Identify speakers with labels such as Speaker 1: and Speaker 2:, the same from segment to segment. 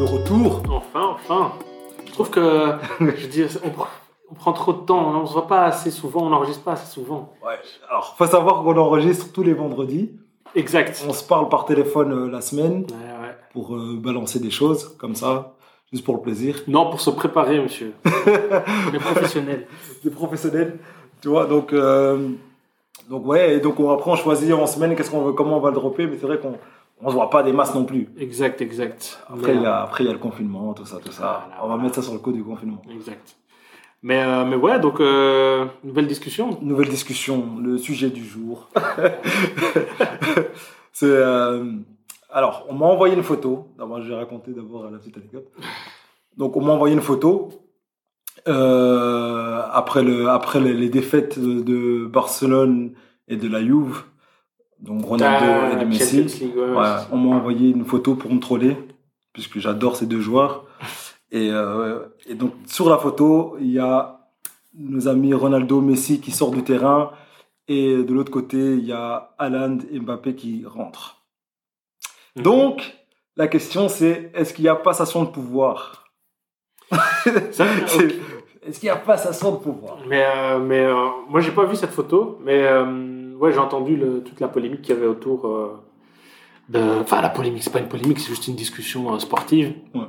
Speaker 1: retour
Speaker 2: Enfin, enfin. Je trouve que, je dis, on, pr- on prend trop de temps, hein. on se voit pas assez souvent, on n'enregistre pas assez souvent.
Speaker 1: Alors, faut savoir qu'on enregistre tous les vendredis.
Speaker 2: Exact.
Speaker 1: On se parle par téléphone euh, la semaine
Speaker 2: Ouais, ouais.
Speaker 1: pour euh, balancer des choses comme ça, juste pour le plaisir.
Speaker 2: Non, pour se préparer, monsieur. Les professionnels.
Speaker 1: Des professionnels, tu vois. Donc, euh, donc ouais, et donc on, après on choisit en semaine qu'est-ce qu'on veut, comment on va le dropper, mais c'est vrai qu'on on se voit pas des masses non plus.
Speaker 2: Exact, exact.
Speaker 1: Après, il
Speaker 2: Mais,
Speaker 1: y a, après, il y a le confinement, tout ça, tout ça.
Speaker 2: Voilà,
Speaker 1: On va
Speaker 2: voilà.
Speaker 1: mettre ça sur le coup du confinement.
Speaker 2: euh, Exact. Mais, euh, mais ouais, donc, euh, nouvelle discussion.
Speaker 1: Nouvelle discussion, le sujet du jour. C'est. euh, alors, on m'a envoyé une photo. D'abord, je vais raconter d'abord la petite anecdote. Donc, on m'a envoyé une photo euh, après, le, après les, les défaites de, de Barcelone et de la Juve, donc Ronaldo et de
Speaker 2: Ah,
Speaker 1: Messi.
Speaker 2: Champions League, ouais, ouais,
Speaker 1: Ouais,
Speaker 2: c'est-
Speaker 1: on m'a envoyé une photo pour me troller, puisque j'adore ces deux joueurs. Et, euh, et donc, sur la photo, il y a nos amis Ronaldo, Messi qui sort du terrain. Et de l'autre côté, il y a Haaland et Mbappé qui rentrent.
Speaker 2: Mhm.
Speaker 1: Donc, la question c'est est-ce qu'il y a passation de pouvoir
Speaker 2: Ça,
Speaker 1: C'est-
Speaker 2: ok.
Speaker 1: Est-ce qu'il y a passation de pouvoir
Speaker 2: Mais, euh, mais euh, moi, j'ai pas vu cette photo, mais euh, ouais, j'ai entendu le- toute la polémique qu'il y avait autour. euh, de- Enfin, la polémique, c'est pas une polémique, c'est juste une discussion euh, sportive.
Speaker 1: Ouais.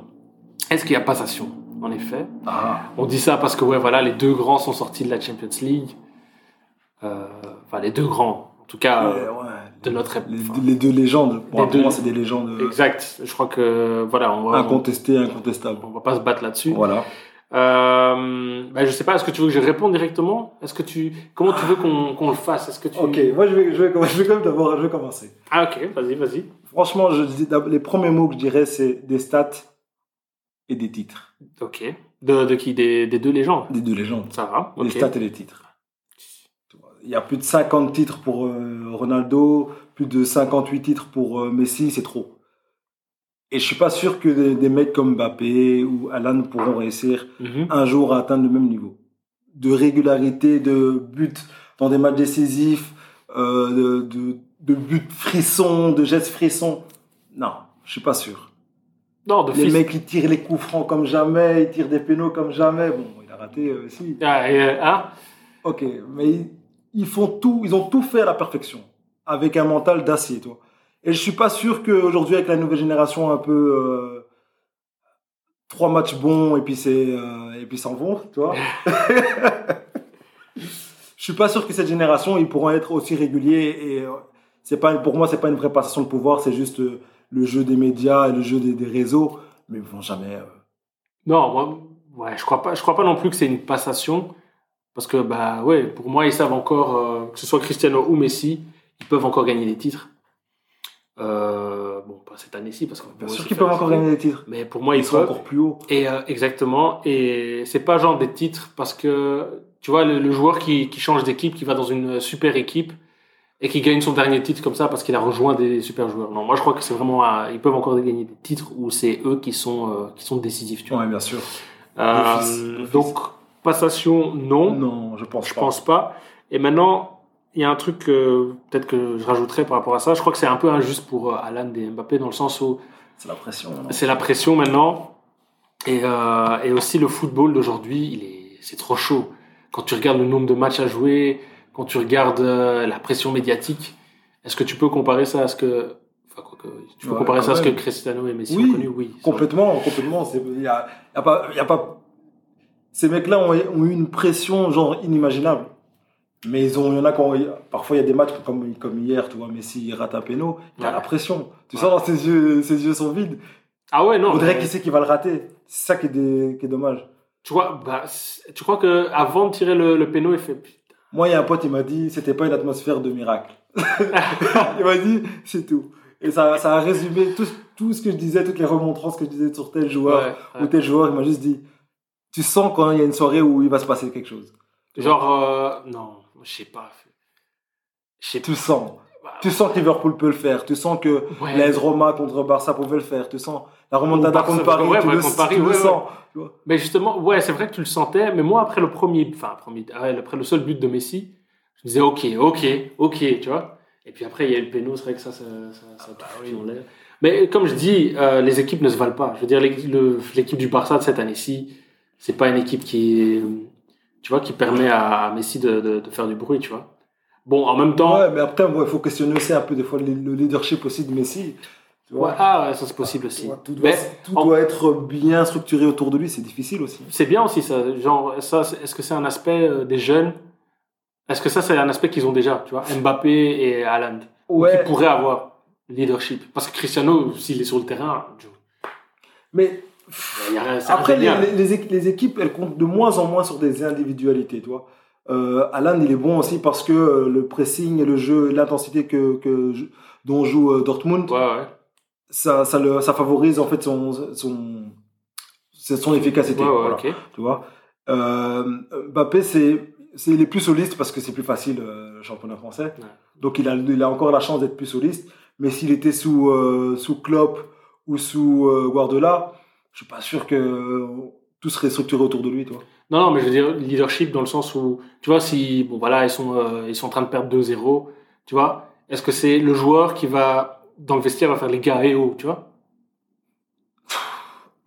Speaker 2: Est-ce qu'il y a passation En effet.
Speaker 1: Ah,
Speaker 2: On dit ça parce que ouais, voilà, les deux grands sont sortis de la Champions League. Euh, Enfin, les deux grands, en tout cas,
Speaker 1: Ah, ouais,
Speaker 2: euh,
Speaker 1: ouais.
Speaker 2: de notre époque.
Speaker 1: Les, les deux légendes. Bon,
Speaker 2: Les
Speaker 1: pour
Speaker 2: deux-
Speaker 1: moi, c'est des légendes euh,
Speaker 2: euh, Exact. Je crois que voilà, on va, on,
Speaker 1: incontestées, incontestables.
Speaker 2: on va pas se battre là-dessus.
Speaker 1: Voilà.
Speaker 2: Euh, bah, je sais pas, est-ce que tu veux que je réponde directement Est-ce que tu, comment tu veux qu'on qu'on le fasse Est-ce que tu
Speaker 1: Ok, moi je vais, je vais, je vais quand même d'abord je vais commencer.
Speaker 2: Ah ok, vas-y, vas-y.
Speaker 1: Franchement, je, dis d'ab- les premiers mots que je dirais, c'est des stats et des titres.
Speaker 2: Ok. De, de qui des, des deux légendes.
Speaker 1: Des deux légendes.
Speaker 2: Ça va. Ok.
Speaker 1: Les stats et les titres. Tu vois, Il y a plus de 50 titres pour euh, Ronaldo, plus de 58 titres pour euh, Messi, c'est trop. Et je suis pas sûr que des, des mecs comme Mbappé ou Alan pourront réussir
Speaker 2: Mhm.
Speaker 1: un jour à atteindre le même niveau. De régularité, de buts dans des matchs décisifs, euh, de, de, de buts frissons, de gestes frissons. Non, je suis pas sûr.
Speaker 2: Non, de
Speaker 1: Les
Speaker 2: fils.
Speaker 1: mecs, ils tirent les coups francs comme jamais, ils tirent des pénaux comme jamais. Bon, il a raté, euh, si.
Speaker 2: Ah, et, euh, ah,
Speaker 1: Ok, mais ils, ils font tout, ils ont tout fait à la perfection, avec un mental d'acier, toi. Et je suis pas sûr qu'aujourd'hui, avec la nouvelle génération, un peu euh, trois matchs bons et puis c'est euh, et puis s'en vont, tu vois. je suis pas sûr que cette génération, ils pourront être aussi réguliers. Et euh, c'est pas pour moi, c'est pas une vraie passation de pouvoir, c'est juste euh, le jeu des médias et le jeu des, des réseaux. Mais ils vont jamais. euh,
Speaker 2: non, moi, ouais, je crois pas. Je crois pas non plus que c'est une passation, parce que bah ouais, pour moi ils savent encore euh, que ce soit Cristiano ou Messi, ils peuvent encore gagner des titres. Euh, bon, pas cette année-ci parce qu'on
Speaker 1: bien
Speaker 2: peut
Speaker 1: sûr
Speaker 2: aussi
Speaker 1: qu'ils
Speaker 2: faire
Speaker 1: peuvent encore
Speaker 2: ça.
Speaker 1: gagner des titres.
Speaker 2: Mais pour moi ils,
Speaker 1: Ils sont
Speaker 2: peuvent.
Speaker 1: encore plus haut.
Speaker 2: Et euh, exactement. Et c'est pas genre des titres parce que tu vois le, le joueur qui, qui change d'équipe, qui va dans une super équipe et qui gagne son dernier titre comme ça parce qu'il a rejoint des super joueurs. Non, moi je crois que c'est vraiment à- ils peuvent encore gagner des titres où c'est eux qui sont euh, qui sont décisifs. Tu vois.
Speaker 1: Ouais, bien sûr.
Speaker 2: Euh,
Speaker 1: D'office, d'office.
Speaker 2: donc passation non,
Speaker 1: Non, je pense
Speaker 2: je
Speaker 1: pas.
Speaker 2: pense pas. Et maintenant il y a un truc que peut-être que je rajouterais par rapport à ça. Je crois que c'est un peu injuste pour euh, Alan et Mbappé dans le sens où
Speaker 1: C'est la pression. hein. non
Speaker 2: c'est la pression maintenant. Et, euh, et aussi le football d'aujourd'hui, il est, c'est trop chaud. Quand tu regardes le nombre de matchs à jouer, quand tu regardes euh, la pression médiatique, est-ce que tu peux comparer ça à ce que, enfin quoi que, tu peux
Speaker 1: Ouais,
Speaker 2: comparer
Speaker 1: quand
Speaker 2: ça à ce que
Speaker 1: même.
Speaker 2: Cristiano et Messi
Speaker 1: Oui,
Speaker 2: ont connu, oui. ça-
Speaker 1: Complètement, complètement. c'est- Il y a, il y a pas, il y a pas. Ces mecs-là ont, ont eu une pression genre inimaginable. Mais ils ont, il y en a quand parfois il y a des matchs comme comme hier, tu vois, Messi il rate un péno, il y a
Speaker 2: Ouais.
Speaker 1: la pression. Tu
Speaker 2: Ouais.
Speaker 1: sens dans ses yeux, ses yeux sont vides.
Speaker 2: Ah ouais, non.
Speaker 1: On dirait
Speaker 2: mais-
Speaker 1: qui c'est qui va le rater. C'est ça qui est, dé- qui est dommage.
Speaker 2: tu vois, bah, c'est- tu crois que avant de tirer le, le péno, il fait,
Speaker 1: Moi, il y a un pote, il m'a dit, c'était pas une atmosphère de miracle. il m'a dit, c'est tout. Et ça, ça a résumé tout, tout ce que je disais, toutes les remontrances que je disais sur tel joueur,
Speaker 2: Ouais,
Speaker 1: ou
Speaker 2: ouais.
Speaker 1: tel joueur, il m'a juste dit Tu sens quand il y a une soirée où il va se passer quelque chose.
Speaker 2: genre, euh, non, je sais pas. Je sais
Speaker 1: Tu sens.
Speaker 2: pas.
Speaker 1: Tu sens que Liverpool peut le faire. Tu sens que
Speaker 2: Ouais.
Speaker 1: l'AS Roma contre Barça pouvait le faire. Tu sens la remontada
Speaker 2: Barça,
Speaker 1: contre Paris.
Speaker 2: ouais,
Speaker 1: tu
Speaker 2: ouais,
Speaker 1: le,
Speaker 2: contre Paris,
Speaker 1: tu le
Speaker 2: ouais,
Speaker 1: sens.
Speaker 2: Mais justement, ouais, c'est vrai que tu le sentais, mais moi, après le premier, enfin, premier, ah ouais, après le seul but de Messi, je me disais,
Speaker 1: Ah bah
Speaker 2: ok, ok, ok, tu vois. Et puis après, il y a eu le péno, c'est vrai que ça, ça, ça, ça a tout foutu en l'air. Mais comme je dis, euh, les équipes ne se valent pas. Je veux dire, l'équ- le- l'équipe du Barça de cette année-ci, c'est pas une équipe qui, est- tu vois, qui permet à, à Messi de, de- de faire du bruit, tu vois. Bon, en même temps,
Speaker 1: Ouais, mais après, il faut questionner aussi un peu des fois le, le leadership aussi de Messi. Tu vois
Speaker 2: ouais, ah, ouais, ça c'est possible aussi.
Speaker 1: Ouais, tout doit,
Speaker 2: Mais
Speaker 1: tout
Speaker 2: en-
Speaker 1: doit être bien structuré autour de lui, c'est difficile aussi.
Speaker 2: c'est bien aussi ça. Genre, ça, c'est- est-ce que c'est un aspect euh, des jeunes Est-ce que ça, c'est un aspect qu'ils ont déjà, tu vois Mbappé et Haaland, qui pourraient avoir le leadership. Parce que Cristiano, s'il est sur le terrain,
Speaker 1: mais
Speaker 2: il y a rien. c'est
Speaker 1: après, les,
Speaker 2: indéniable.
Speaker 1: les- les équ- les équipes, elles comptent de moins en moins sur des individualités, tu vois. Euh, Alan, il est bon aussi parce que euh, le pressing, le jeu, l'intensité que, que je- dont joue euh, Dortmund,
Speaker 2: Ouais, ouais.
Speaker 1: ça, ça, le, ça favorise en fait son, son, c'est son efficacité.
Speaker 2: Ouais, ouais,
Speaker 1: voilà,
Speaker 2: ok.
Speaker 1: tu vois. Euh, Mbappé, c'est, c'est, il est plus soliste parce que c'est plus facile euh, le championnat français.
Speaker 2: Ouais.
Speaker 1: Donc il a, il a encore la chance d'être plus soliste. Mais s'il était sous, euh, sous Klopp ou sous euh, Guardiola, je suis pas sûr que euh, tout serait structuré autour de lui, toi.
Speaker 2: Non, non, mais je veux dire leadership dans le sens où, tu vois, si, bon, voilà, ils sont, euh, ils sont en train de perdre 2-0, tu vois, est-ce que c'est le joueur qui va, dans le vestiaire, va faire les gars et oh, tu vois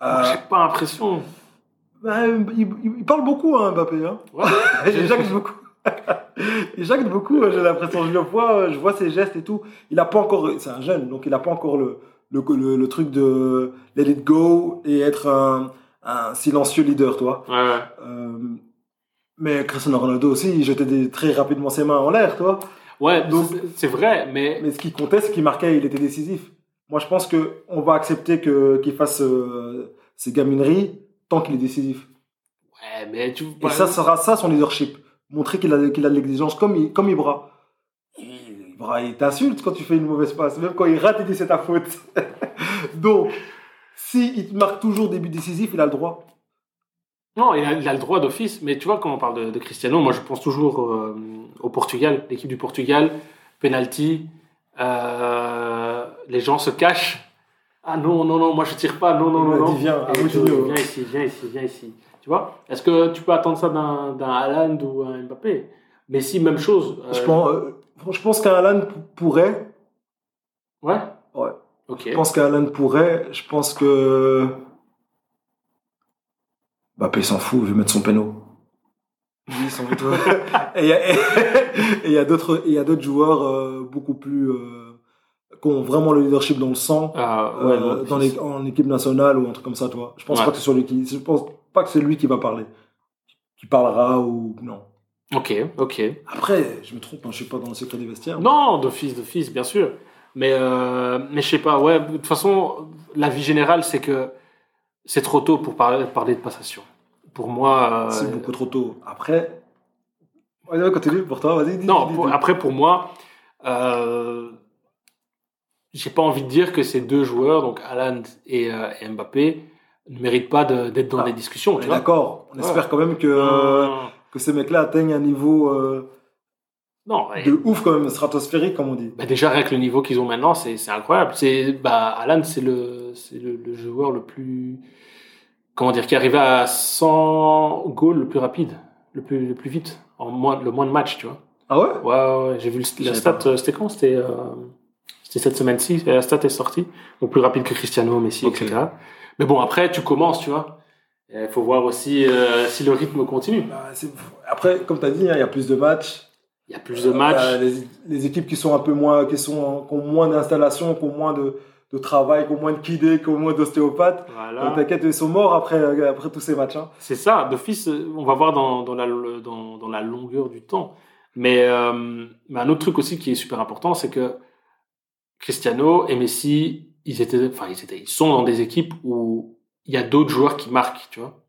Speaker 1: Euh,
Speaker 2: J'ai pas l'impression.
Speaker 1: ben, il, il- il parle beaucoup, hein, Mbappé. Hein.
Speaker 2: Ouais.
Speaker 1: il jacte beaucoup. il jacte beaucoup, j'ai l'impression. Je le vois, euh, je vois ses gestes et tout. Il n'a pas encore. C'est un jeune, donc il n'a pas encore le, le, le- le truc de let it go et être un, un silencieux leader, toi.
Speaker 2: Ouais, ouais.
Speaker 1: Euh, mais Cristiano Ronaldo aussi, il jetait des- très rapidement ses mains en l'air, toi.
Speaker 2: Ouais,
Speaker 1: Donc-
Speaker 2: c'est- c'est vrai, mais,
Speaker 1: Mais ce qui comptait, c'est qu'il marquait, il était décisif. Moi, je pense que on va accepter que- qu'il fasse euh, ses gamineries tant qu'il est décisif.
Speaker 2: ouais, mais tu
Speaker 1: Et ça sera ça son leadership. Montrer qu'il a, qu'il a de l'exigence comme, I- comme Ibra. Ibra, il t'insulte quand tu fais une mauvaise passe. Même quand il rate, il dit c'est ta faute. Donc, si il te marque toujours des buts décisifs, il a le droit.
Speaker 2: Non, il a, il a le droit d'office, mais tu vois, quand on parle de, de Cristiano, moi je pense toujours euh, au Portugal, l'équipe du Portugal, penalty, euh, les gens se cachent. Ah non, non, non, moi je tire pas, non, non,
Speaker 1: Il
Speaker 2: non.
Speaker 1: m'a
Speaker 2: non.
Speaker 1: dit, viens, à
Speaker 2: Et tu-
Speaker 1: Moutinho.
Speaker 2: viens ici, viens ici, viens ici. Tu vois Est-ce que tu peux attendre ça d'un d'un Haaland ou un Mbappé Mais si, même chose. euh,
Speaker 1: Je pense, euh, je pense qu'un Haaland p- pourrait.
Speaker 2: Ouais
Speaker 1: Ouais.
Speaker 2: Ok.
Speaker 1: Je pense qu'un Haaland pourrait. Je pense que. Mbappé s'en fout, il veut mettre son péno. Lui, son veut- et il y a- et il y a d'autres et il y a d'autres joueurs euh, beaucoup plus. euh, qui ont vraiment le leadership dans le sang.
Speaker 2: Ah, ouais,
Speaker 1: Euh,
Speaker 2: non,
Speaker 1: dans les- en équipe nationale ou un truc comme ça, toi. Je pense
Speaker 2: Ouais.
Speaker 1: pas que c'est lui qui, je pense pas que c'est lui qui va parler, qui parlera ou non.
Speaker 2: Ok, ok.
Speaker 1: Après, je me trompe, hein, je suis pas dans le secret des vestiaires.
Speaker 2: Non, d'office, d'office, bien sûr. Mais, euh, mais je sais pas, ouais, de toute façon, la vie générale, c'est que c'est trop tôt pour parler, parler de passation. Pour moi. euh,
Speaker 1: c'est beaucoup trop tôt. Après, ouais, ouais, continue pour toi, vas-y. dis-
Speaker 2: non,
Speaker 1: dis-
Speaker 2: pour-
Speaker 1: dis.
Speaker 2: après, pour moi, euh, j'ai pas envie de dire que ces deux joueurs, donc Haaland et, euh, et Mbappé, ne méritent pas de- d'être dans
Speaker 1: Ah,
Speaker 2: des discussions,
Speaker 1: on
Speaker 2: tu
Speaker 1: est
Speaker 2: vois.
Speaker 1: d'accord. On
Speaker 2: Ouais.
Speaker 1: espère quand même que
Speaker 2: Euh,
Speaker 1: que ces mecs-là atteignent un niveau euh,
Speaker 2: non, ouais.
Speaker 1: de ouf quand même, stratosphérique comme on dit.
Speaker 2: Bah, déjà, rien que le niveau qu'ils ont maintenant, c'est c'est incroyable. C'est- Bah, Alan, c'est le, c'est le, le joueur le plus. Comment dire Qui arrive à 100 goals le plus rapide, le plus, le plus vite, en moins, le moins de matchs, tu vois.
Speaker 1: Ah ouais
Speaker 2: Ouais, ouais, ouais, j'ai vu le, la
Speaker 1: Je savais
Speaker 2: stat. euh, C'était quand C'était euh, c'était cette semaine-ci. euh, La stat est sortie. Donc plus rapide que Cristiano, Messi,
Speaker 1: Ok.
Speaker 2: etc. Mais bon, après, tu commences, tu vois. Il faut voir aussi euh, si le rythme continue.
Speaker 1: Bah, c'est- Après, comme tu as dit, hein, il y a plus de matchs.
Speaker 2: Il y a plus de matchs.
Speaker 1: Euh, les, les équipes qui sont un peu moins, qui sont, qui ont moins d'installation, qui ont moins de, de travail, qui ont moins de kidés, qui ont moins d'ostéopathes.
Speaker 2: Voilà.
Speaker 1: Euh, T'inquiète, ils sont morts après, euh, après tous ces matchs. hein.
Speaker 2: C'est ça, d'office, euh, on va voir dans, dans la, le- dans, dans la longueur du temps. Mais, euh, mais un autre truc aussi qui est super important, c'est que Cristiano et Messi, ils, étaient, enfin, ils, étaient, ils sont dans des équipes où il y a d'autres joueurs qui marquent, tu vois.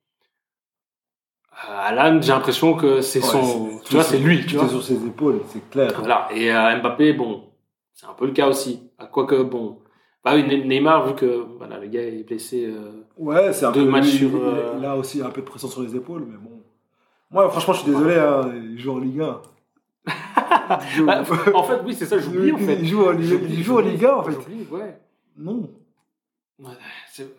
Speaker 2: Euh, Alan, j'ai l'impression que c'est
Speaker 1: Ouais,
Speaker 2: son.
Speaker 1: c'est-
Speaker 2: Tu vois, c'est lui, tu
Speaker 1: Tout
Speaker 2: vois.
Speaker 1: est sur ses épaules, c'est clair.
Speaker 2: Voilà. Et euh, Mbappé, bon, c'est un peu le cas aussi. Ah, Quoique, bon. Bah oui, Ne- Neymar, vu que voilà, le gars est blessé. euh,
Speaker 1: Ouais, c'est un
Speaker 2: Deux
Speaker 1: peu.
Speaker 2: matchs
Speaker 1: il-
Speaker 2: sur,
Speaker 1: il-
Speaker 2: euh,
Speaker 1: Il a aussi un peu de pression sur les épaules, mais bon. Moi, franchement, je suis désolé, hein, il joue en Ligue 1. Il joue-
Speaker 2: bah, en fait, oui, c'est ça, j'oublie en fait.
Speaker 1: Il joue en Ligue- il joue en Ligue 1, en fait.
Speaker 2: J'oublie, ouais.
Speaker 1: Non.
Speaker 2: Ouais, c'est- ouais.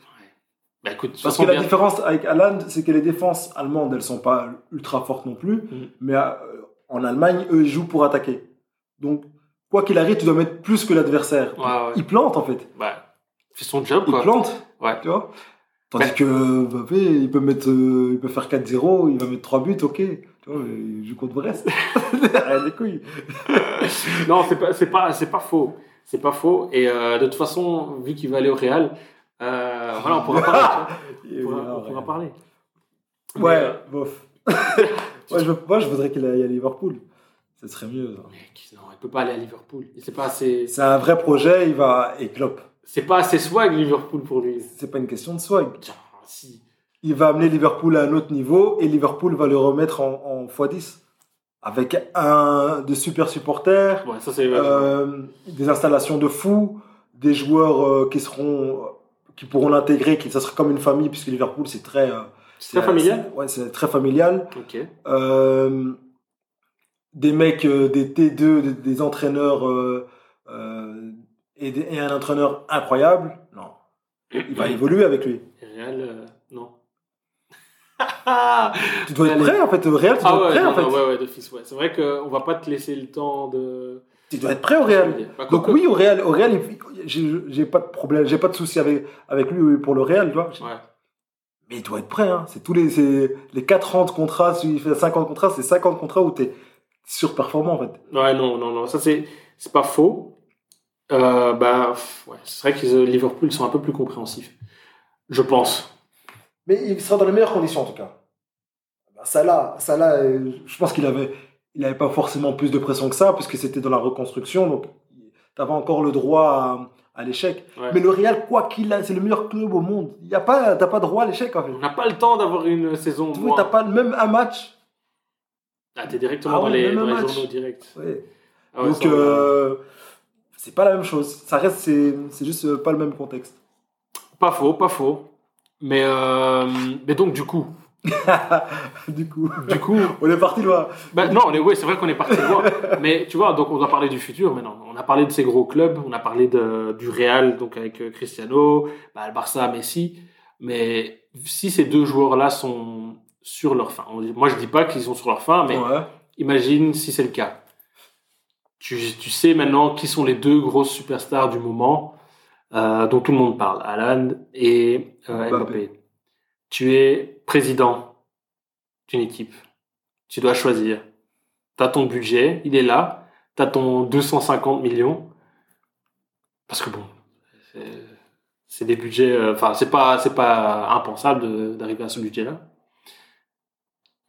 Speaker 2: Bah écoute, de toute
Speaker 1: Parce
Speaker 2: façon,
Speaker 1: que la
Speaker 2: bien-
Speaker 1: différence avec Haaland, c'est que les défenses allemandes, elles sont pas ultra fortes non plus,
Speaker 2: Mhm.
Speaker 1: mais euh, en Allemagne, eux, ils jouent pour attaquer. Donc, quoi qu'il arrive, tu dois mettre plus que l'adversaire.
Speaker 2: Ouais, ouais.
Speaker 1: Ils plantent, en fait.
Speaker 2: Bah, fait son job,
Speaker 1: Il
Speaker 2: quoi.
Speaker 1: plante,
Speaker 2: Ouais.
Speaker 1: tu vois. Tandis que Mbappé, il peut, mettre, euh, il peut faire 4-0, il va mettre 3 buts, ok. Tu vois, mais il joue contre Brest. Rien des couilles.
Speaker 2: Non, c'est pas, c'est pas, c'est pas faux. C'est pas faux. Et euh, de toute façon, vu qu'il va aller au Real, euh, voilà, on pourra parler. tu
Speaker 1: Et
Speaker 2: vois. On pourra,
Speaker 1: voilà,
Speaker 2: on pourra parler.
Speaker 1: ouais.
Speaker 2: Mais,
Speaker 1: Ouais,
Speaker 2: euh,
Speaker 1: bof. moi, je, moi, je voudrais qu'il aille à Liverpool. Ce serait mieux. ça.
Speaker 2: euh, mec, non, il peut pas aller à Liverpool. C'est pas assez,
Speaker 1: C'est un vrai projet, il va. Et Klopp,
Speaker 2: c'est pas assez swag Liverpool pour lui.
Speaker 1: c'est pas une question de swag.
Speaker 2: Tiens, si.
Speaker 1: il va amener Liverpool à un autre niveau et Liverpool va le remettre en, en x10 avec un de super supporters,
Speaker 2: Ouais, ça c'est.
Speaker 1: euh, des installations de fous, des joueurs euh, qui seront qui pourront l'intégrer, qui ça sera comme une famille puisque Liverpool c'est très euh,
Speaker 2: c'est très familial.
Speaker 1: c'est- ouais, c'est très familial.
Speaker 2: Ok.
Speaker 1: Euh, des mecs euh, des T2 des, des entraîneurs euh, euh, et, des- et un entraîneur incroyable. Non, il va évoluer avec lui.
Speaker 2: Real, euh, non.
Speaker 1: Tu dois être
Speaker 2: Allez.
Speaker 1: prêt en fait, au Real, tu dois
Speaker 2: Ah
Speaker 1: être
Speaker 2: ouais,
Speaker 1: prêt
Speaker 2: non,
Speaker 1: en fait.
Speaker 2: non, ouais, ouais, d'office, ouais. C'est vrai qu'on va pas te laisser le temps de.
Speaker 1: Tu dois être prêt au Real.
Speaker 2: Bah, quoi
Speaker 1: Donc
Speaker 2: que-
Speaker 1: oui, au Real, au Real, il- j'ai j'ai pas de problème, j'ai pas de souci avec avec lui pour le Real, tu vois.
Speaker 2: Ouais.
Speaker 1: Mais il doit être prêt. Hein. C'est tous les c'est les 4 ans de contrat, s'il fait 50 contrats, c'est 50 contrats où t'es surperformant en fait.
Speaker 2: Ouais, non, non, non, ça c'est c'est pas faux. Euh, bah, pff, ouais, c'est vrai que les- Liverpool sont un peu plus compréhensifs, je pense.
Speaker 1: Mais il sera dans les meilleures conditions en tout cas. Bah, Ça là, ça là, euh, je pense qu'il avait il avait pas forcément plus de pression que ça puisque c'était dans la reconstruction, donc t'avais encore le droit à, à l'échec.
Speaker 2: Ouais.
Speaker 1: Mais le Real, quoi qu'il a, c'est le meilleur club au monde. Il y a pas, t'as pas droit à l'échec en fait.
Speaker 2: On n'a pas le temps d'avoir une saison.
Speaker 1: Tu
Speaker 2: moins.
Speaker 1: vois, t'as pas le même un match.
Speaker 2: Ah, t'es directement
Speaker 1: Ah
Speaker 2: dans
Speaker 1: ouais,
Speaker 2: les,
Speaker 1: même
Speaker 2: dans
Speaker 1: un
Speaker 2: les
Speaker 1: match.
Speaker 2: journaux directs.
Speaker 1: Ouais.
Speaker 2: Ah ouais,
Speaker 1: Donc,
Speaker 2: ça, on a-
Speaker 1: euh, c'est pas la même chose. Ça reste, c'est, c'est juste euh, pas le même contexte.
Speaker 2: Pas faux, pas faux. Mais, euh, mais donc, du coup,
Speaker 1: du coup,
Speaker 2: du coup
Speaker 1: on est parti loin.
Speaker 2: bah, non, on est- ouais, c'est vrai qu'on est parti loin. mais tu vois, donc on doit parler du futur maintenant. On a parlé de ces gros clubs, on a parlé de, du Real, donc avec euh, Cristiano, bah, le Barça, Messi. Mais si ces deux joueurs-là sont sur leur fin, on- moi je dis pas qu'ils sont sur leur fin, mais
Speaker 1: Ouais.
Speaker 2: Imagine si c'est le cas. Tu, tu sais maintenant qui sont les deux grosses superstars du moment euh, dont tout le monde parle, Alan et euh, Mbappé.
Speaker 1: Mbappé.
Speaker 2: Tu es président d'une équipe. Tu dois choisir. Tu as ton budget, il est là. Tu as ton 250 millions. Parce que bon, c'est- c'est des budgets. euh, Enfin, c'est pas, c'est pas impensable de- d'arriver à ce budget-là.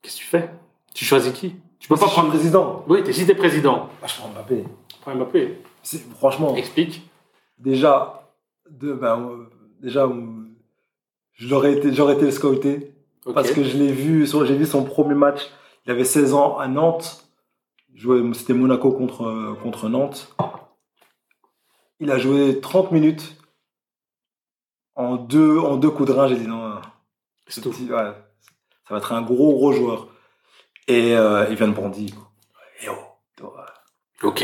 Speaker 2: Qu'est-ce que tu fais Tu choisis qui Tu peux
Speaker 1: Si
Speaker 2: pas
Speaker 1: je suis
Speaker 2: prendre.
Speaker 1: président.
Speaker 2: Oui, t'es, si t'es président,
Speaker 1: Bah, je prends Mbappé.
Speaker 2: prends Mbappé.
Speaker 1: C'est, franchement,
Speaker 2: Explique.
Speaker 1: déjà, de, ben, euh, déjà, euh, je l'aurais été, j'aurais été scouté
Speaker 2: Ok.
Speaker 1: parce que je l'ai vu, sur- j'ai vu son premier match. Il avait 16 ans à Nantes. Il jouait- C'était Monaco contre, euh, contre Nantes. Il a joué 30 minutes. En deux, en deux coups de rein, j'ai dit non. hein. non.
Speaker 2: c'est
Speaker 1: Ce
Speaker 2: tout.
Speaker 1: petit- ouais. Ça va être un gros, gros joueur. Et euh, Evan Bondy. quoi. Eh oh, toi.
Speaker 2: Ok.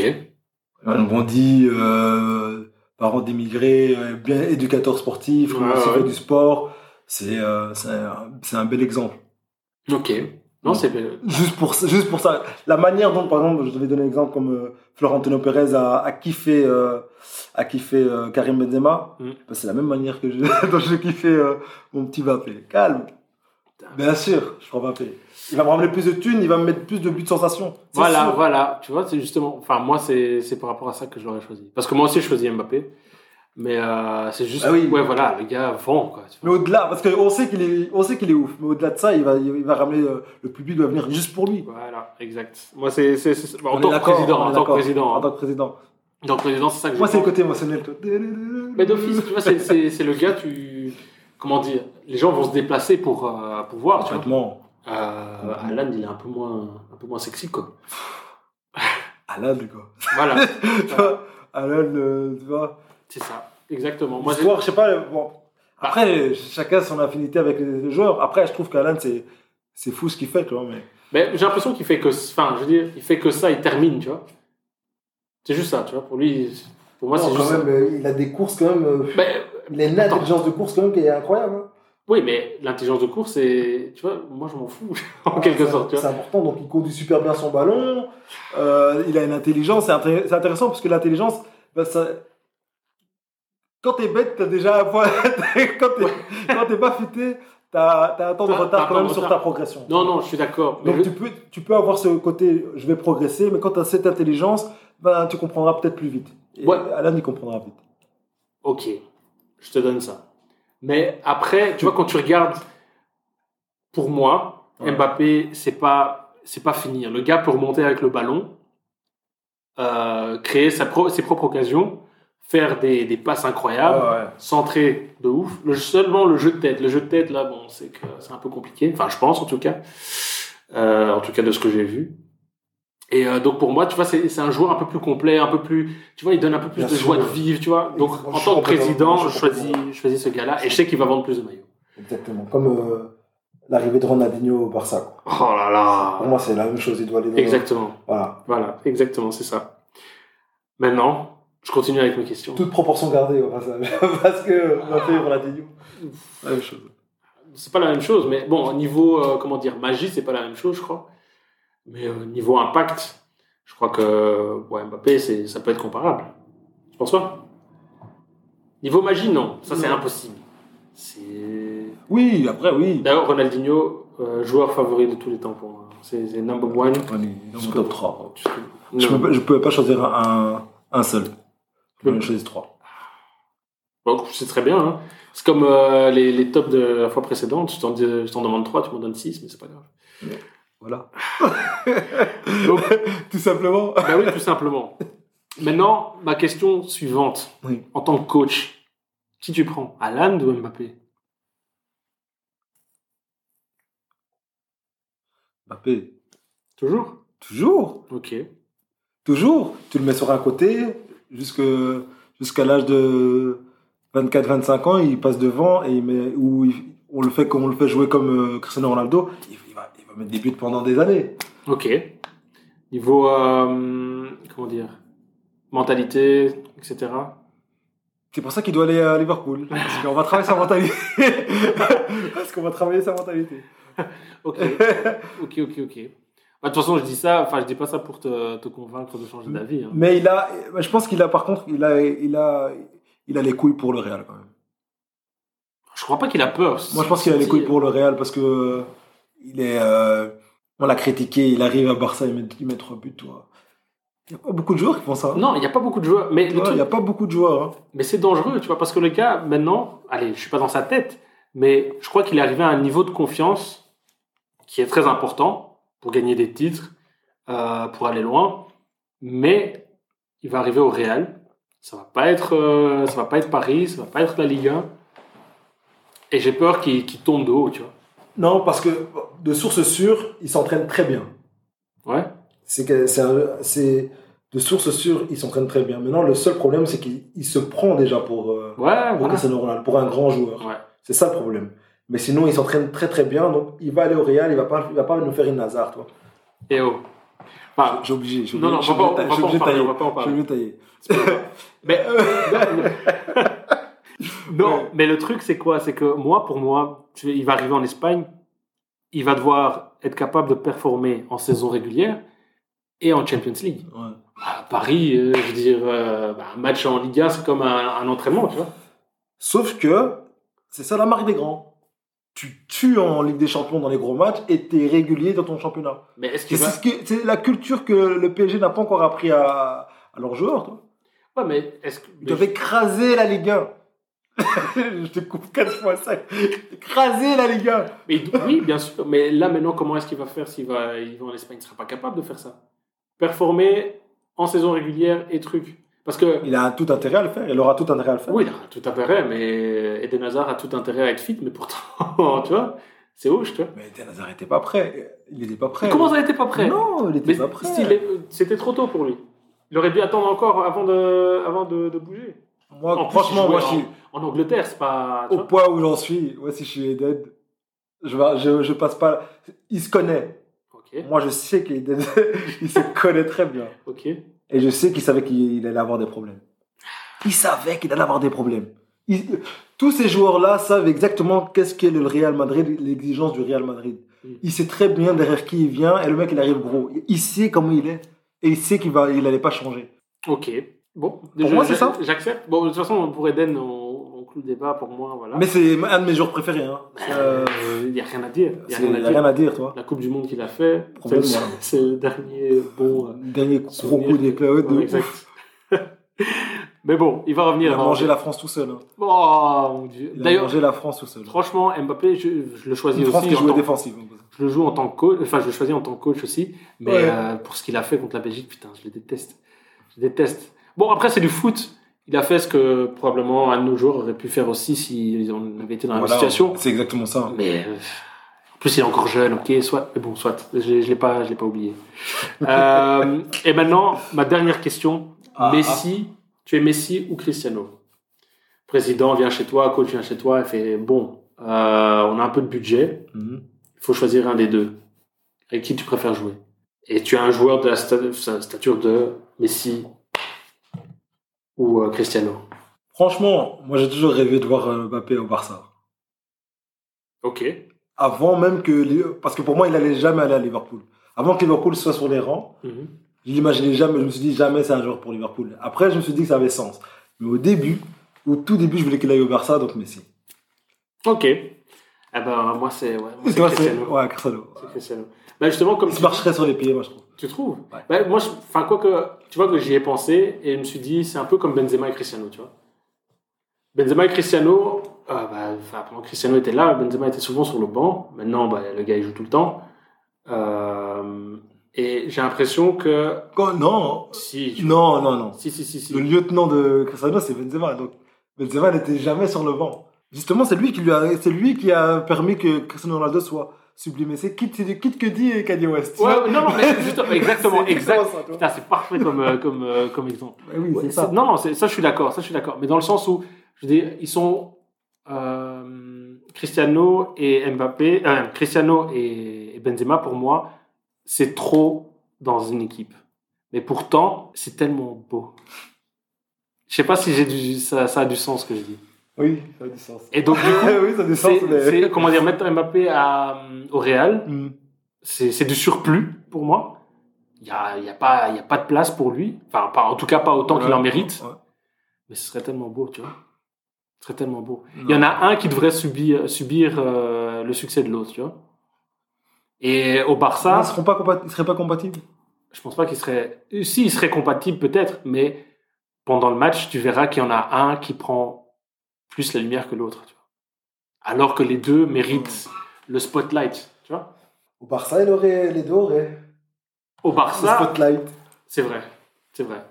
Speaker 1: Evan Bondy, euh, parent d'émigrés, euh, bien éducateur sportif,
Speaker 2: Ouais,
Speaker 1: aussi
Speaker 2: ouais.
Speaker 1: fait du sport. C'est euh, c'est un, c'est un bel exemple.
Speaker 2: Ok. Non, c'est.
Speaker 1: Juste pour, ça- juste pour ça, la manière dont, par exemple, je vais donner un exemple comme euh, Florentino Pérez a, a kiffé, euh, a kiffé euh, Karim Benzema,
Speaker 2: Mm.
Speaker 1: bah, c'est la même manière que je, dont je kiffais euh, mon petit Mbappé. Calme. Bien sûr, je prends Mbappé. Il va me ramener plus de thunes, il va me mettre plus de buts de sensation. C'est
Speaker 2: Voilà,
Speaker 1: sûr.
Speaker 2: voilà. Tu vois, c'est justement. Enfin, moi, c'est, c'est par rapport à ça que je l'aurais choisi. Parce que moi aussi, je choisis Mbappé. Mais euh, c'est juste.
Speaker 1: Ah oui.
Speaker 2: Ouais, voilà, le gars vend, quoi. tu
Speaker 1: Mais
Speaker 2: vois.
Speaker 1: au-delà, parce qu'on sait qu'il est, on sait qu'il est ouf, mais au-delà de ça, il va, il va ramener euh, le public doit venir juste pour lui.
Speaker 2: Voilà, exact. Moi, c'est. c'est, c'est- bon,
Speaker 1: On
Speaker 2: en,
Speaker 1: est
Speaker 2: tant que
Speaker 1: d'accord,
Speaker 2: président,
Speaker 1: on est
Speaker 2: en tant que
Speaker 1: d'accord.
Speaker 2: président,
Speaker 1: En
Speaker 2: hein.
Speaker 1: tant que président.
Speaker 2: en tant que président, c'est ça que je
Speaker 1: Moi, c'est
Speaker 2: pense.
Speaker 1: le côté émotionnel. toi.
Speaker 2: Mais d'office, tu vois, c'est, c'est, c'est le gars, tu. Comment dire Les gens vont se déplacer pour, euh, pour voir, tu vois.
Speaker 1: Complètement.
Speaker 2: Euh, Alan, il est un peu moins, un peu moins sexy, quoi.
Speaker 1: Alan, quoi.
Speaker 2: Voilà,
Speaker 1: Tu vois, Alan, euh, tu vois.
Speaker 2: c'est ça. Exactement. Moi, j'ai-
Speaker 1: L'histoire, je sais pas. euh, Bon.
Speaker 2: Ah.
Speaker 1: Après, chacun son affinité avec les joueurs. Après, je trouve qu'Alan, c'est, c'est fou ce qu'il fait, tu vois. Mais...
Speaker 2: mais j'ai l'impression qu'il fait que, enfin, je veux dire, il fait que ça, il termine, tu vois. C'est juste ça, tu vois. Pour lui, pour moi, c'est juste. ça.
Speaker 1: euh, il a des courses quand même. euh,
Speaker 2: Mais,
Speaker 1: il a une
Speaker 2: intelligence
Speaker 1: de course quand même qui est incroyable. hein.
Speaker 2: oui, mais l'intelligence de course, c'est, tu vois, moi, je m'en fous en quelque sorte, tu
Speaker 1: C'est
Speaker 2: vois.
Speaker 1: important, donc il conduit super bien son ballon. Euh, il a une intelligence, c'est intré- c'est intéressant parce que l'intelligence, ben, ça- bah, quand t'es bête, t'as déjà un point. quand t'es quand t'es pas futé, t'as t'as un temps de
Speaker 2: T'as- t'as un
Speaker 1: retard
Speaker 2: temps
Speaker 1: quand même
Speaker 2: de
Speaker 1: sur
Speaker 2: retard.
Speaker 1: ta progression.
Speaker 2: Non, non, je suis d'accord. mais
Speaker 1: Donc tu,
Speaker 2: je-
Speaker 1: peux, tu peux avoir ce côté je vais progresser, mais quand tu as cette intelligence, ben, tu comprendras peut-être plus vite. Et
Speaker 2: Ouais.
Speaker 1: Alan, il comprendra vite.
Speaker 2: Ok, je te donne ça. Mais après, tu vois, quand tu regardes, pour moi,
Speaker 1: Ouais.
Speaker 2: Mbappé, c'est pas, c'est pas fini. Le gars peut remonter avec le ballon, euh, créer sa pro- ses propres occasions, faire des, des passes
Speaker 1: Ah
Speaker 2: incroyables, centrer de ouf. Le, seulement le jeu de tête. Le jeu de tête, là, bon, c'est que c'est un peu compliqué. Enfin, je pense, en tout cas. Euh, en tout cas, de ce que j'ai vu. Et euh, donc, pour moi, tu vois, c'est c'est un joueur un peu plus complet, un peu plus. Tu vois, il donne un peu plus
Speaker 1: Bien
Speaker 2: de
Speaker 1: sûr.
Speaker 2: joie de vivre, tu vois. Donc,
Speaker 1: Moi,
Speaker 2: en
Speaker 1: je
Speaker 2: tant que
Speaker 1: suis complètement-
Speaker 2: président,
Speaker 1: moi,
Speaker 2: je
Speaker 1: je suis
Speaker 2: choisis,
Speaker 1: complètement-
Speaker 2: je choisis ce gars-là. Et je sais qu'il va vendre plus de maillots.
Speaker 1: Exactement. Comme euh, l'arrivée de Ronaldinho au Barça. quoi.
Speaker 2: Oh là
Speaker 1: Pour
Speaker 2: là
Speaker 1: moi, c'est la même chose. Il doit aller dans
Speaker 2: Exactement.
Speaker 1: Voilà.
Speaker 2: Voilà, exactement, c'est ça. Maintenant, je continue avec mes questions.
Speaker 1: Toute proportion gardée au passage. Parce que Mbappé et Ronaldinho. La même chose.
Speaker 2: c'est pas la même chose, mais bon, au niveau, euh, comment dire, magie, c'est pas la même chose, je crois. Mais au niveau impact, je crois que ouais, Mbappé, c'est, ça peut être comparable. Tu penses pas Niveau magie, non. Ça, c'est
Speaker 1: Non.
Speaker 2: impossible. C'est...
Speaker 1: Oui, après, oui.
Speaker 2: D'ailleurs, Ronaldinho, euh, joueur favori de tous les temps pour moi. C'est, c'est number one.
Speaker 1: Dans
Speaker 2: mon
Speaker 1: mon
Speaker 2: top
Speaker 1: top 3.
Speaker 2: Tu sais-
Speaker 1: Je
Speaker 2: Non.
Speaker 1: ne pouvais, pas choisir un, un seul. Je
Speaker 2: peux-
Speaker 1: peux choisir trois.
Speaker 2: Bon, c'est très bien. hein. C'est comme euh, les, les tops de la fois précédente. Je t'en, je t'en demande trois, tu m'en donnes six, mais c'est pas grave.
Speaker 1: Voilà.
Speaker 2: Donc,
Speaker 1: Tout simplement.
Speaker 2: Bah oui, tout simplement. Maintenant, ma question suivante.
Speaker 1: Oui.
Speaker 2: En tant que coach, qui tu prends Alan ou Mbappé
Speaker 1: Mbappé,
Speaker 2: Toujours
Speaker 1: toujours.
Speaker 2: Ok.
Speaker 1: Toujours, tu le mets sur un côté, jusque, jusqu'à l'âge de 24-25 ans, il passe devant et il met, ou il- on le fait comme on le fait jouer comme euh, Cristiano Ronaldo, il, il va, il va mettre des buts pendant des années.
Speaker 2: Ok. Niveau, euh, comment dire, mentalité, etc.
Speaker 1: C'est pour ça qu'il doit aller à Liverpool, parce qu'on va travailler sa mentalité. parce qu'on va travailler sa mentalité.
Speaker 2: Ok, ok, ok, ok. Bah, de toute façon, je dis ça, enfin, je dis pas ça pour te, te convaincre de
Speaker 1: Mm.
Speaker 2: changer d'avis. hein.
Speaker 1: Mais il a, je pense qu'il a par contre, il a, il a, il a les couilles pour le Real quand même.
Speaker 2: Je crois pas qu'il a peur.
Speaker 1: Moi, je pense qu'il a les couilles pour le Real parce que euh, il est. euh, on l'a critiqué, il arrive à Barça, il met, il met trois buts, toi. Il n'y a pas beaucoup de joueurs qui font ça. hein.
Speaker 2: Non, il n'y a pas beaucoup de joueurs. Mais le
Speaker 1: Ouais, il
Speaker 2: truc,
Speaker 1: n'y a pas beaucoup de joueurs. hein.
Speaker 2: Mais c'est dangereux, tu vois, parce que le gars, maintenant, allez, je suis pas dans sa tête, mais je crois qu'il est arrivé à un niveau de confiance qui est très important pour gagner des titres, euh, pour aller loin. Mais il va arriver au Real. Ça va pas être, euh, ça va pas être Paris, ça va pas être la Ligue 1. Et j'ai peur qu'il qu'il tombe de haut, tu vois.
Speaker 1: Non, parce que de source sûre, ils s'entraînent très bien.
Speaker 2: Ouais.
Speaker 1: C'est que c'est un- c'est- de source sûre, ils s'entraînent très bien. Maintenant, le seul problème, c'est qu'il il se prend déjà pour, euh,
Speaker 2: Ouais.
Speaker 1: pour
Speaker 2: voilà.
Speaker 1: Cristiano Ronaldo, pour un grand joueur.
Speaker 2: Ouais.
Speaker 1: C'est ça le problème. Mais sinon, il s'entraîne très très bien. Donc, il va aller au Real, il va pas, il va pas nous faire une Hazard, toi.
Speaker 2: Et oh. Enfin,
Speaker 1: J'ai obligé. j'ai
Speaker 2: Ah. non, non, on
Speaker 1: obligé-
Speaker 2: va pas, on va
Speaker 1: j'ai
Speaker 2: pas en
Speaker 1: obligé de
Speaker 2: parler,
Speaker 1: tailler,
Speaker 2: on va pas en
Speaker 1: j'ai
Speaker 2: parler.
Speaker 1: obligé de tailler.
Speaker 2: C'est pas grave. mais non, mais le truc c'est quoi C'est que moi, pour moi, tu sais, il va arriver en Espagne, il va devoir être capable de performer en saison régulière et en Champions League.
Speaker 1: Ouais.
Speaker 2: À Paris, euh, je veux dire, euh, bah, un match en Ligue 1, c'est comme un, un entraînement, tu vois.
Speaker 1: Sauf que c'est ça la marque des grands. Tu tues en Ligue des Champions dans les gros matchs et t'es régulier dans ton championnat.
Speaker 2: Mais est-ce
Speaker 1: C'est
Speaker 2: qu'il va
Speaker 1: ce que- c'est la culture que le PSG n'a pas encore appris à, à leurs joueurs. toi.
Speaker 2: Ouais, mais est-ce que
Speaker 1: Ils doivent écraser la Ligue 1. Je te coupe 4 fois 5. Écraser la Ligue 1.
Speaker 2: mais il- oui, bien sûr. Mais là maintenant, comment est-ce qu'il va faire s'il va, il va en Espagne Il sera pas capable de faire ça. Performer en saison régulière et truc. Parce que
Speaker 1: Il a tout intérêt à le faire. Il aura tout intérêt à le faire.
Speaker 2: Oui, il a tout intérêt, mais Eden Hazard a tout intérêt à être fit, mais pourtant, tu vois, c'est ouf, tu vois.
Speaker 1: Mais Eden Hazard n'était pas prêt. Il n'était pas prêt.
Speaker 2: Comment ça n'était pas prêt
Speaker 1: Non, il
Speaker 2: Mais
Speaker 1: n'était pas prêt.
Speaker 2: s'il est- c'était trop tôt pour lui. Il aurait dû attendre encore avant de, avant de, de bouger.
Speaker 1: Moi,
Speaker 2: En plus,
Speaker 1: franchement,
Speaker 2: il
Speaker 1: moi,
Speaker 2: jouait
Speaker 1: si-
Speaker 2: En Angleterre, c'est pas. tu
Speaker 1: au
Speaker 2: vois.
Speaker 1: point où j'en suis, ouais, si je suis Eden, je, vais- je, je passe pas. Il se connaît.
Speaker 2: Ok,
Speaker 1: Moi, je sais qu'il il se connaît très bien.
Speaker 2: ok.
Speaker 1: Et je sais qu'il savait qu'il il allait avoir des problèmes. Il savait qu'il allait avoir des problèmes. Il- tous ces joueurs-là savent exactement qu'est-ce qu'est le Real Madrid, l'exigence du Real Madrid.
Speaker 2: Mm.
Speaker 1: Il sait très bien derrière qui il vient et le mec, il arrive gros. Il sait comment il est et il sait qu'il va, il allait pas changer.
Speaker 2: Ok. Bon,
Speaker 1: moi, c'est ça.
Speaker 2: J'accepte. Bon, de toute façon, pour Eden, on, on clôt le débat pour moi. Voilà.
Speaker 1: Mais c'est un de mes joueurs préférés. hein.
Speaker 2: il
Speaker 1: Euh,
Speaker 2: n'y a rien à dire. Il
Speaker 1: c'est-
Speaker 2: a
Speaker 1: Il
Speaker 2: rien à
Speaker 1: n'y a
Speaker 2: dire.
Speaker 1: rien à dire, toi.
Speaker 2: La Coupe du Monde qu'il a fait, c'est
Speaker 1: Problème,
Speaker 2: le,
Speaker 1: ouais.
Speaker 2: c'est le dernier bon. euh,
Speaker 1: Dernier gros
Speaker 2: souvenir
Speaker 1: coup des
Speaker 2: que-
Speaker 1: clouds.
Speaker 2: Ouais, exact. Mais bon, il va revenir.
Speaker 1: Il a
Speaker 2: avant.
Speaker 1: mangé la France tout seul. hein.
Speaker 2: Oh mon dieu.
Speaker 1: Il a
Speaker 2: euh, D'ailleurs,
Speaker 1: mangé la France tout seul.
Speaker 2: franchement, Mbappé, je, je le choisis
Speaker 1: Une France
Speaker 2: aussi. hein.
Speaker 1: qui
Speaker 2: en
Speaker 1: jouait
Speaker 2: tant-
Speaker 1: défensive.
Speaker 2: je le joue en tant que coach. Enfin, je le choisis en tant que coach aussi. Mais
Speaker 1: Ouais.
Speaker 2: euh, pour ce qu'il a fait contre la Belgique, putain, je le déteste. Je le déteste. Bon, après, c'est du foot. Il a fait ce que probablement un de nos joueurs aurait pu faire aussi si on avait été dans la même
Speaker 1: Voilà,
Speaker 2: situation.
Speaker 1: C'est exactement ça.
Speaker 2: Mais euh, en plus, il est encore jeune, ok, soit. Mais bon, soit. Je ne l'ai pas, je l'ai pas oublié. Euh, et maintenant, ma dernière question.
Speaker 1: Ah,
Speaker 2: Messi, tu es Messi ou Cristiano Président vient chez toi, coach vient chez toi et fait Bon, euh, on a un peu de budget,
Speaker 1: ah. Mhm.
Speaker 2: il faut choisir un des deux. Avec qui tu préfères jouer Et tu as un joueur de la sta- sa stature de Messi ou euh, Cristiano
Speaker 1: Franchement, moi j'ai toujours rêvé de voir euh, Mbappé au Barça.
Speaker 2: Ok.
Speaker 1: Avant même que. les- Parce que pour moi, il n'allait jamais aller à Liverpool. Avant que Liverpool soit sur les rangs,
Speaker 2: Mhm.
Speaker 1: Je l'imaginais jamais, je me suis dit jamais c'est un joueur pour Liverpool. Après, je me suis dit que ça avait sens. Mais au début, au tout début, je voulais qu'il aille au Barça, donc Messi.
Speaker 2: Ok. Eh ben, moi, c'est ouais, moi, c'est
Speaker 1: Toi, c'est.
Speaker 2: Cristiano.
Speaker 1: Ouais, Cristiano.
Speaker 2: C'est Cristiano. Bah, justement, comme
Speaker 1: Il se
Speaker 2: tu-
Speaker 1: marcherait sur les pieds, moi, je trouve.
Speaker 2: Tu trouves
Speaker 1: Ouais.
Speaker 2: Bah, Moi, je- enfin, quoi que, tu vois que j'y ai pensé et je me suis dit, c'est un peu comme Benzema et Cristiano, tu vois. Benzema et Cristiano, euh, bah, enfin, pendant que Cristiano était là, Benzema était souvent sur le banc. Maintenant, bah, le gars, il joue tout le temps. Euh, et j'ai l'impression que
Speaker 1: Quand- Non,
Speaker 2: si, tu-
Speaker 1: non, non, non.
Speaker 2: si, si, si, si.
Speaker 1: Le lieutenant de Cristiano, c'est Benzema. Donc, Benzema n'était jamais sur le banc. Justement, c'est lui qui lui a, c'est lui qui a permis que Cristiano Ronaldo soit sublimé. C'est quitte, c'est du quitte que dit Kanye West.
Speaker 2: Ouais, ouais, non, non, mais juste- exactement,
Speaker 1: C'est
Speaker 2: exact.
Speaker 1: ça, toi.
Speaker 2: Putain, c'est parfait comme, euh, comme, euh, comme exemple.
Speaker 1: Ouais, oui,
Speaker 2: Ouais,
Speaker 1: c'est ça.
Speaker 2: c'est- Non, non, c'est- ça je suis d'accord, ça je suis d'accord. Mais dans le sens où, je veux dire, ils sont euh, Cristiano et Mbappé, euh, Cristiano et et Benzema pour moi, c'est trop dans une équipe. Mais pourtant, c'est tellement beau. Je sais pas si j'ai du, ça, ça a du sens ce que je dis.
Speaker 1: Oui, ça a du sens.
Speaker 2: Et donc du coup,
Speaker 1: oui, ça a du sens.
Speaker 2: c'est,
Speaker 1: mais-
Speaker 2: c'est- comment dire mettre Mbappé à, euh, au Real,
Speaker 1: Hmm.
Speaker 2: c'est, c'est du surplus pour moi. Il n'y a, il y a, pas- il y a pas de place pour lui. Enfin, pas, en tout cas, pas autant qu'il en mérite.
Speaker 1: Ouais.
Speaker 2: Mais ce serait tellement beau, tu vois. Ce serait tellement beau. Il y en a un qui devrait subir, subir euh, le succès de l'autre, tu vois. Et au
Speaker 1: Non,
Speaker 2: Barça,
Speaker 1: Ils seront pas compa- ils seraient pas compatibles.
Speaker 2: je pense pas qu'il serait. Si, il serait compatible peut-être, mais pendant le match, tu verras qu'il y en a un qui prend plus la lumière que l'autre, tu vois. Alors que les deux méritent le spotlight, tu vois.
Speaker 1: Au Barça, il aurait les deux auraient
Speaker 2: Au
Speaker 1: le
Speaker 2: Barça,
Speaker 1: spotlight.
Speaker 2: c'est vrai. C'est vrai.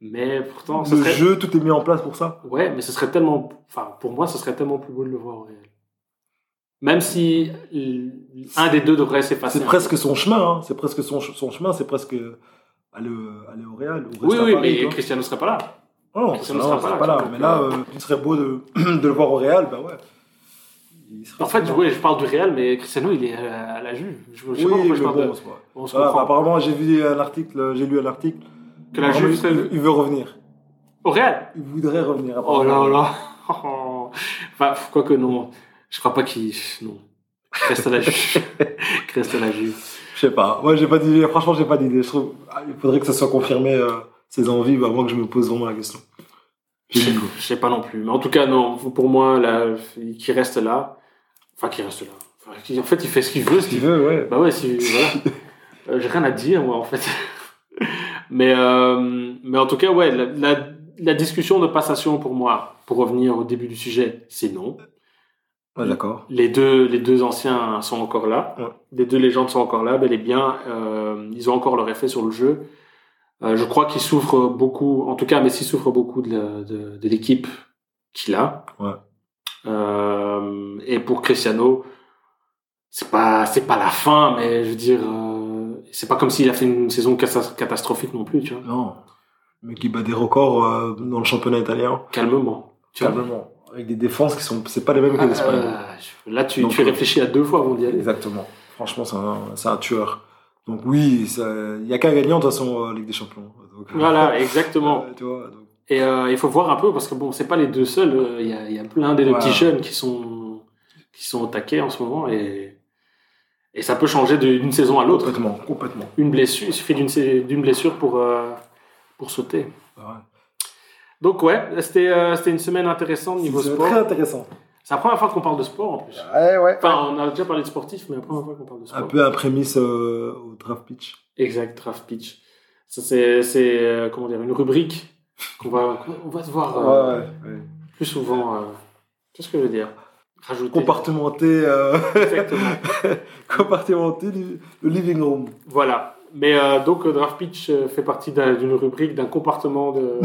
Speaker 2: Mais pourtant, ce
Speaker 1: Le
Speaker 2: serait.
Speaker 1: jeu, tout est mis en place pour ça.
Speaker 2: Ouais, mais ce serait tellement. Enfin, pour moi, ce serait tellement plus beau de le voir au réel. Même si l- un des deux devrait s'effacer.
Speaker 1: C'est
Speaker 2: un
Speaker 1: presque
Speaker 2: peu.
Speaker 1: son chemin. hein. C'est presque son, ch- son chemin. C'est presque aller, au- aller au Real. ou
Speaker 2: Oui,
Speaker 1: rester à
Speaker 2: oui,
Speaker 1: Paris,
Speaker 2: mais
Speaker 1: quoi.
Speaker 2: Cristiano ne serait pas là.
Speaker 1: Non, non,
Speaker 2: Cristiano
Speaker 1: non,
Speaker 2: sera
Speaker 1: il sera
Speaker 2: pas
Speaker 1: pas
Speaker 2: là,
Speaker 1: là.
Speaker 2: donc,
Speaker 1: Mais là,
Speaker 2: euh,
Speaker 1: euh, il serait beau de, de le voir au Real. Bah ouais. Il serait
Speaker 2: En fait,
Speaker 1: bien.
Speaker 2: ouais, je parle du Real, mais Cristiano, il est euh, à la Juve. Je, je sais pas
Speaker 1: hein. oui,
Speaker 2: pourquoi
Speaker 1: mais
Speaker 2: je parle
Speaker 1: bon,
Speaker 2: de.
Speaker 1: c'est pas-
Speaker 2: On se
Speaker 1: Voilà,
Speaker 2: comprend.
Speaker 1: apparemment, j'ai vu un article, j'ai lu un article.
Speaker 2: que la
Speaker 1: Apparemment,
Speaker 2: Juve
Speaker 1: il,
Speaker 2: serait.
Speaker 1: il veut revenir.
Speaker 2: Au Real
Speaker 1: Il voudrait revenir.
Speaker 2: Oh
Speaker 1: apparemment.
Speaker 2: là là Enfin, quoi que non. Je crois pas qu'il. Non. Reste à la Juve. Reste à la Juve.
Speaker 1: Je sais pas. Moi, j'ai pas d'idée. Franchement, j'ai pas d'idée. Je trouve, ah, il faudrait que ça soit confirmé euh, ses envies bah, avant que je me pose vraiment la question. J'ai
Speaker 2: Je sais,
Speaker 1: dit quoi.
Speaker 2: je sais pas non plus. Mais en tout cas, non. Pour moi, là, qui reste là. Enfin, qui reste là. Enfin, qui- en fait, il fait ce qu'il veut. Ce
Speaker 1: Ce qu'il
Speaker 2: qu'il...
Speaker 1: veut, ouais.
Speaker 2: Bah ouais, si, voilà. Euh, J'ai rien à dire, moi, en fait. mais, euh, mais en tout cas, ouais, la, la- la discussion de passation pour moi, pour revenir au début du sujet, c'est non.
Speaker 1: Ouais, d'accord.
Speaker 2: Les deux, les deux anciens sont encore là.
Speaker 1: Ouais.
Speaker 2: Les deux légendes sont encore là. Bel et bien, euh, ils ont encore leur effet sur le jeu. Euh, je crois qu'ils souffrent beaucoup, en tout cas, Messi souffre beaucoup de, la- de- de l'équipe qu'il a.
Speaker 1: Ouais.
Speaker 2: Euh, et pour Cristiano, c'est pas, c'est pas la fin, mais je veux dire, euh, c'est pas comme s'il a fait une saison cata- catastrophique non plus, tu vois.
Speaker 1: Non. Mais qui bat des records euh, dans le championnat italien.
Speaker 2: Calmement. Tu vois.
Speaker 1: Calmement. Avec des défenses qui sont, c'est pas les mêmes que l'Espagne.
Speaker 2: Euh, là, tu,
Speaker 1: Donc,
Speaker 2: tu
Speaker 1: euh,
Speaker 2: réfléchis à deux fois avant d'y aller.
Speaker 1: Exactement. Franchement, c'est un, c'est un tueur. Donc oui, ça- il y a qu'un gagnant de toute façon en Ligue des Champions. Donc,
Speaker 2: Voilà, exactement.
Speaker 1: euh, tu vois, donc,
Speaker 2: Et euh, il faut voir un peu, parce que bon, c'est pas les deux seuls. euh, Il y, a, il y a plein des deux
Speaker 1: Ouais.
Speaker 2: petits jeunes qui sont, qui sont au taquet en ce moment. Et, et ça peut changer de- d'une saison à l'autre.
Speaker 1: complètement, complètement.
Speaker 2: Une blessure, il suffit d'une sa- d'une blessure pour, euh, pour sauter.
Speaker 1: Ah
Speaker 2: Donc ouais, c'était euh, c'était une semaine intéressante
Speaker 1: ouais.
Speaker 2: niveau
Speaker 1: C'est
Speaker 2: sport.
Speaker 1: très intéressant.
Speaker 2: C'est la première fois qu'on parle de sport en plus.
Speaker 3: Ouais, ouais.
Speaker 2: Enfin, on a déjà parlé de sportif, mais la première fois qu'on parle de sport.
Speaker 1: Un peu un prémisse euh, au draft pitch.
Speaker 2: Exact, draft pitch. Ça c'est c'est euh, comment dire une rubrique qu'on va qu'on- on va devoir euh,
Speaker 1: Ouais, ouais.
Speaker 2: plus souvent. euh, Qu'est-ce que je veux dire Rajouter.
Speaker 1: Compartimenté, euh,
Speaker 2: Exactement.
Speaker 1: compartimenté du- le living room.
Speaker 2: Voilà. Mais euh, donc, euh, Draft Pitch euh, fait partie d'un- d'une rubrique, d'un compartiment de,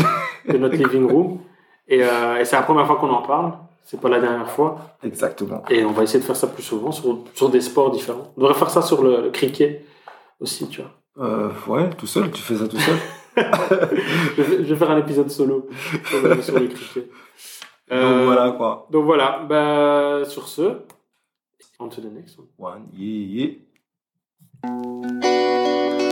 Speaker 2: de notre living room. Et, euh, et c'est la première fois qu'on en parle. C'est pas la dernière fois.
Speaker 1: Exactement.
Speaker 2: Et on va essayer de faire ça plus souvent sur, sur des sports différents. On devrait faire ça sur le, le cricket aussi, tu vois.
Speaker 1: Euh, ouais, tout seul, tu fais ça tout seul.
Speaker 2: Je vais, je vais faire un épisode solo sur le, sur le cricket. Euh,
Speaker 1: Donc voilà quoi.
Speaker 2: Donc voilà. Bah, sur ce, on to the next one.
Speaker 1: One, yeah, yeah.